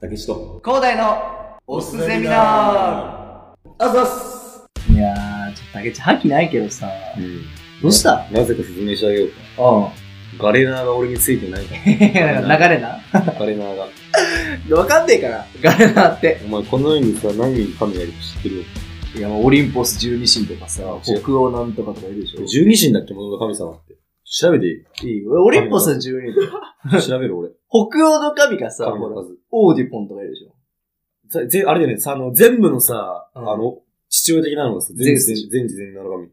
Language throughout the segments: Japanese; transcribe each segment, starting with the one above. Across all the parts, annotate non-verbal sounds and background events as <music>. たけしと。広大のおすゼミナーあざっすいやー、ちょっと竹内、覇気ないけどさ、どうしたなぜか説明してあげようか。うガレナーが俺についてないかん。いやなん <laughs> か流れな。 <laughs> ら。ガレナーが。わかんねえから、ガレナーって。お前この世にさ、何人神がいるか知ってるよ。いや、もうオリンポス十二神とかさ違う、北欧なんとかとかいるでしょ。十二神だっけ、ものの神様って。調べていい <laughs> いいよオリンポスの十二神。調べる俺。北欧の神がさ、神ほのら、数。オーディポンとかいるでしょ。さぜあれだよね、さ、あの、全部のさ、うんあの、父親的なのがさ、ゼウ全ス全でしょ全知全能の神。全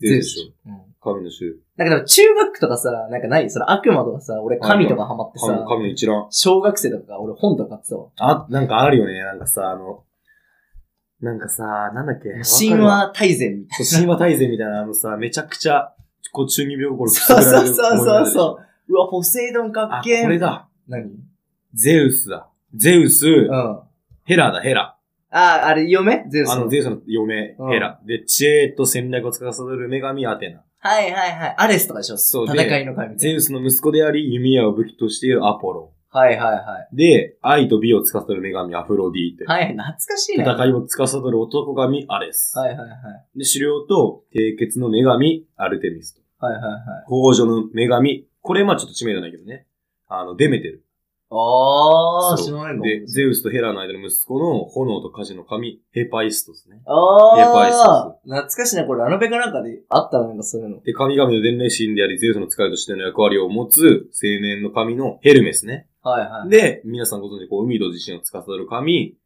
全部部ででししょ。うん。ょ。神の種。なんかでも中学とかさ、なんかないその悪魔とかさ、俺神とかハマって神さ、神の一覧。小学生とか俺本とか買ってたわ。あ、なんかあるよね、なんかさ、あの、なんかさ、なんだっけ。神わかるわ話大全みたいそう神話大全みたいな、あのさ、めちゃくちゃ、こう、中二病頃そうそうそうそうくすぐられるそう。うわ、ポセイドンかあ、っこけーれ。だ。何ゼウスだ。ゼウス、うん。あヘラだ、ヘラ。あ、あれ、嫁ゼウス。あの、ゼウスの嫁、うんヘラ。で、知恵と戦略を司る女神アテナ。はいはいはい。アレスとかでしょそうで戦いの神。ゼウスの息子であり、弓矢を武器としているアポロはいはいはい。ン。で、愛と美を司る女神アフロディーテ。はい、懐かしいね。戦いを司る男神アレス。はいはいはい。で、狩猟と締結の女神アルテミスと。はいはいはい。宝女の女神。これ、まあちょっと知名度ないけどね。あの、デメテル。あー、そう知らないので、ゼウスとヘラの間の息子の炎と火事の神、ヘパイストですね。やっぱりあそー、懐かしいな。これ、ラノベかなんかであったのなんかそういうの。で、神々の伝来神であり、ゼウスの使いとしての役割を持つ青年の神のヘルメスね。はいはい。で、皆さんご存知、こう、海と地震を司る神、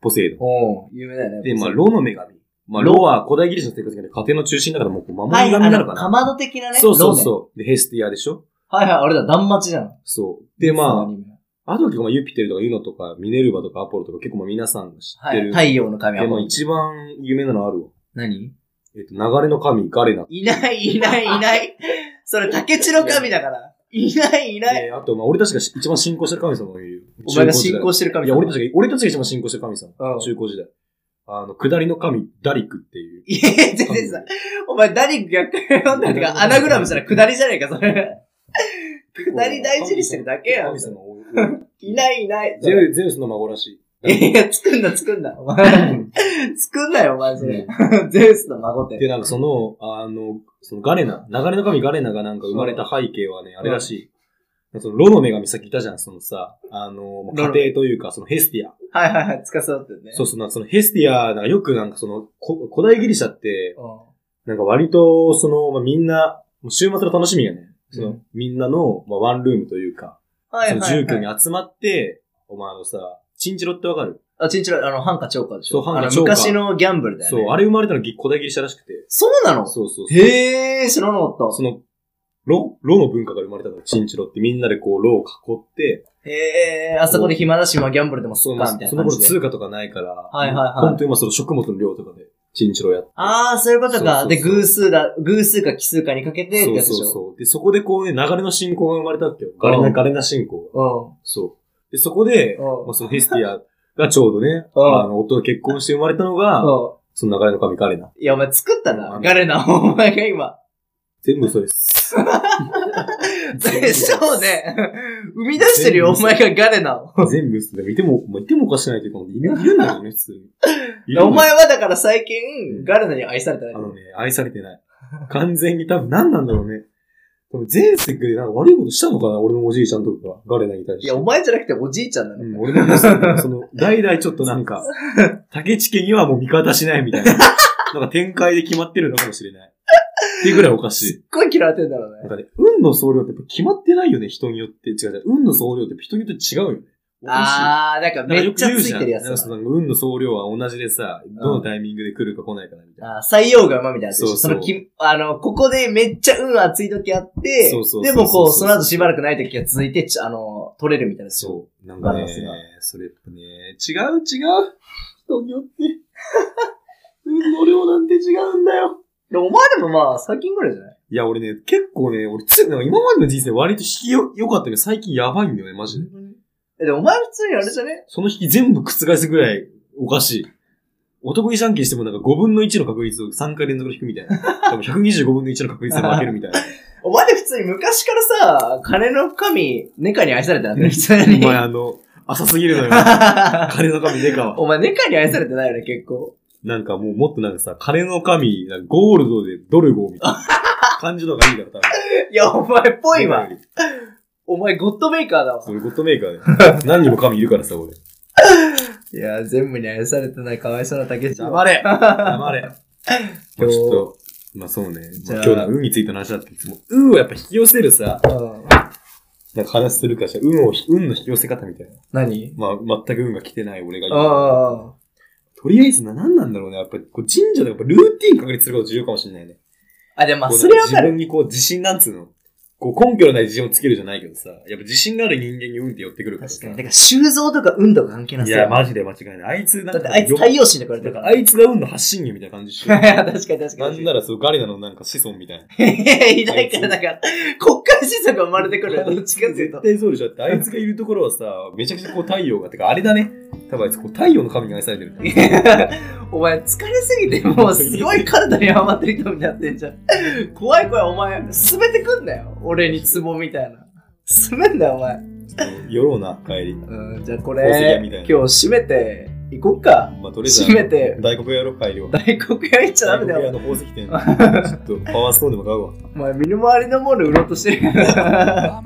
ポセイドおー、有名だよね。ン。で、まあ、ポセイドンロの女神。まあ、ロロは古代ギリシャの生活圏で家庭の中心だからもうこう守はりい、あ神なのの、かかな。まど的なね。そうそうロそう。で、ヘスティアでしょーネはいはい、あれだ、断末じゃん。そう。で、そのアまニメあ、あとは結構まあユピテルとかユノとかミネルヴァとかアポロとか結構まあ皆さんが知っはてい、る。太陽の神で、まあは。一番有名なのあるわ。何えっと、流れの神、ガレナ。いない、いない、いない。それ、竹地の神だから。いない、いない。で、あと、まあ、俺たちが一番信仰してる神様もいるよ。お前が信仰してるい神や、様。俺たちが、俺たちが一番信仰してる神様。うん中高時代。あの、下りの神、ダリクっていう。いや、全然さ、お前、ダリ逆読んだりとか、アナグラムじゃない、下りじゃないか、それ。下り大事にしてるだけやん神様多い。いない、いない。ゼウゼウスの孫らしい。いや、作んな、作んな。お前、作んなよ、お前、それ。ゼウスの孫って。で、なんかその、あの、そのガレナ、流れの神ガレナがなんか生まれた背景はね、あれらしい。その、ロの女神さっきいたじゃん、そのさ、あの、まあロの家庭というか、そのヘスティア。はいはいはい、つかさってるね。そうそう、なんかそのヘスティア、なんかよくなんかその、こ古代ギリシャって、うなんか割と、その、まあ、みんな、もう週末の楽しみがね、その、うんみんなの、まあ、ワンルームというか、ん。はそいはいのはい。住居に集まって、お前あのさ、チンチロってわかるあ、チンチロ、あの、ハンカチョーカーでしょ。そうハンカあのチョーカー昔のギャンブルだよそね。う、あれ生まれたのぎ古代ギリシャらしくて。そうなのそうそうそう。へー、知らなかっその、ロロの文化が生まれたの、チンチロってみんなでこう、ロを囲って、た。へー、あそこで暇だし、まあギャンブルでもすそっのか、みたいそなの感じ頃通で。貨とかないから、はいはいはい本当にまあその食物の量とかで、チンチロやって。あー、そういうことか。そうそうそうで、偶数だ、偶数か奇数かにかけて、ってそうやつでしそょ。うそう。で、そこでこうね、流れの信仰が生まれたってよ。ガレナ、ガレナ信仰が。そう。で、そこで、うんまあ、そのヘスティアがちょうどね、 <laughs> うんあの、夫と結婚して生まれたのうが、ん。うん。その流れの神彼な。いや、お前作ったうな。んガレナ、お前が今。全部そう <laughs> です。全部嘘そうね。生み出してるよ、お全部嘘前がガレナを。全部嘘でも、いても、まあ、いてもおかしくないというか、いるいるんだよね、普通に。いるんだよお前はだから最う近、んガレナに愛されてないあ。のね、愛されてない。完全に多分何なんだろうね。多分前世でなんか悪いことしたのかな俺のおじいちゃんとか、ガレナに対して。いや、お前じゃなくておじいちゃんなうの。ん、俺のおじいちゃんとか <laughs> その、代々ちょっとなんか、竹地家にはもう味方しないみたいな、なんか展開で決まってるのかもしれない。っていうぐらいおかしい。すっごい嫌われてんだろうなんね。かね、運の総量ってやっぱ決まってないよね、人によって。違う違う。運の総量って人によって違うよね。あー、なんかおかしいめっちゃついてるやなんかよく言うじゃんなんかつそだ。の運の総量は同じでさ、どのタイミングで来るか来ないかな、みたいな。あー採用が馬みたいなやつでしょ。そそうそうのき、あの、ここでめっちゃ運熱い時あってそうそ、うそうでもこう、その後しばらくない時が続いて、ちあの、取れるみたいなやつでしょ。そう。なんかバラねンスが、それってね、違う違う。人によって。 <laughs> 運の量なんて違うんだよ。でもお前でもまあ、最近ぐらいじゃないいや、俺ね、結構ね、俺つ、なんか今までの人生割と引きよ、良かったけど、最近やばいんだよね、マジで。え、でもお前普通にあれじゃねその引き全部覆すぐらいおかしい。お得意じゃんけんしてもなんか5分の1の確率を3回連続で引くみたいな。でも125分の1の確率で負けるみたい <laughs> な。お前で普通に昔からさ、金の神、ネカに愛されてなくて、普通おに。前あの、浅すぎるのよ。金の神デカは。 <laughs> お前、ネカに愛されてないよね、結構。なんかもうもっとなんかさ、金の神、なんかゴールドでドルゴみたいな感じのがいいから多分。いや、お前っぽいわデカ。よりお前、ゴッドメーカーだわ。それゴッドメーカーで。何人も神いるからさ、俺。いや、全部に愛されてない、かわいそうな竹内。黙れ黙れ。ち今日ょっと、まあそうね。じまゃああ今日の運についての話だって、いつも運をやっぱ引き寄せるさ、うん。なんか話するからしたら運を、運の引き寄せ方みたいな。何まあ全く運が来てない俺がああ。とりあえずな、何なんだろうね。やっぱり、こう神社でやっぱルーティン確立すること重要かもしれないね。あ、でもまあ、こうそれわか自る。分にこう自信なんつうの。こう根拠のない自信をつけるじゃないけどさ、やっぱ自信がある人間に運って寄ってくるからさ。確かに。だから、修造とか運とか関係なさいそうや、マジで間違いない。あいつなんだか、って、あいつ太陽神で来られなたんか。からあいつが運の発信源みたいな感じしている。や <laughs> 確かに確かなに。んならそう、ガリナのなんか子孫みた <laughs> いな。いや、いないから、だから、国家思想が生まれてくるよ。どっちかっていうと絶。対そうでしょ。だってあいつがいるところはさ、めちゃくちゃこう太陽が、てかあれだね。多分あいつこう太陽の神に愛されて <laughs> るんだね。お前、疲れすぎて、もうすごい体にハマってる人になってんじゃん。怖い怖い、お前、滑ってくんなよ。俺にツボみたいな。滑んなよ、お前。寄ろうな、帰り。うん、じゃあこ宝石屋れ、みたい今な日締めて、いこっか。まあ、とりあえず締めて、大黒屋やろう、帰りは。大黒屋行っちゃダメだ大黒屋よ。の宝石店。ちょっとパワーストーンでも買うわ。お前、身の回りのもの売ろうとしてる。い <laughs>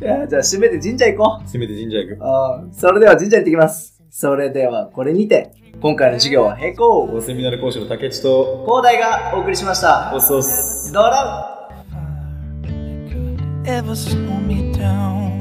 やじゃあ締めて神社行こう。せめて神社行く。あーそれでは神社行ってきます。それではこれにて、今回の授業は並行。大セミナル講師の竹内と、広大がお送りしましたお。っそっす。ドラウン ever slow me down.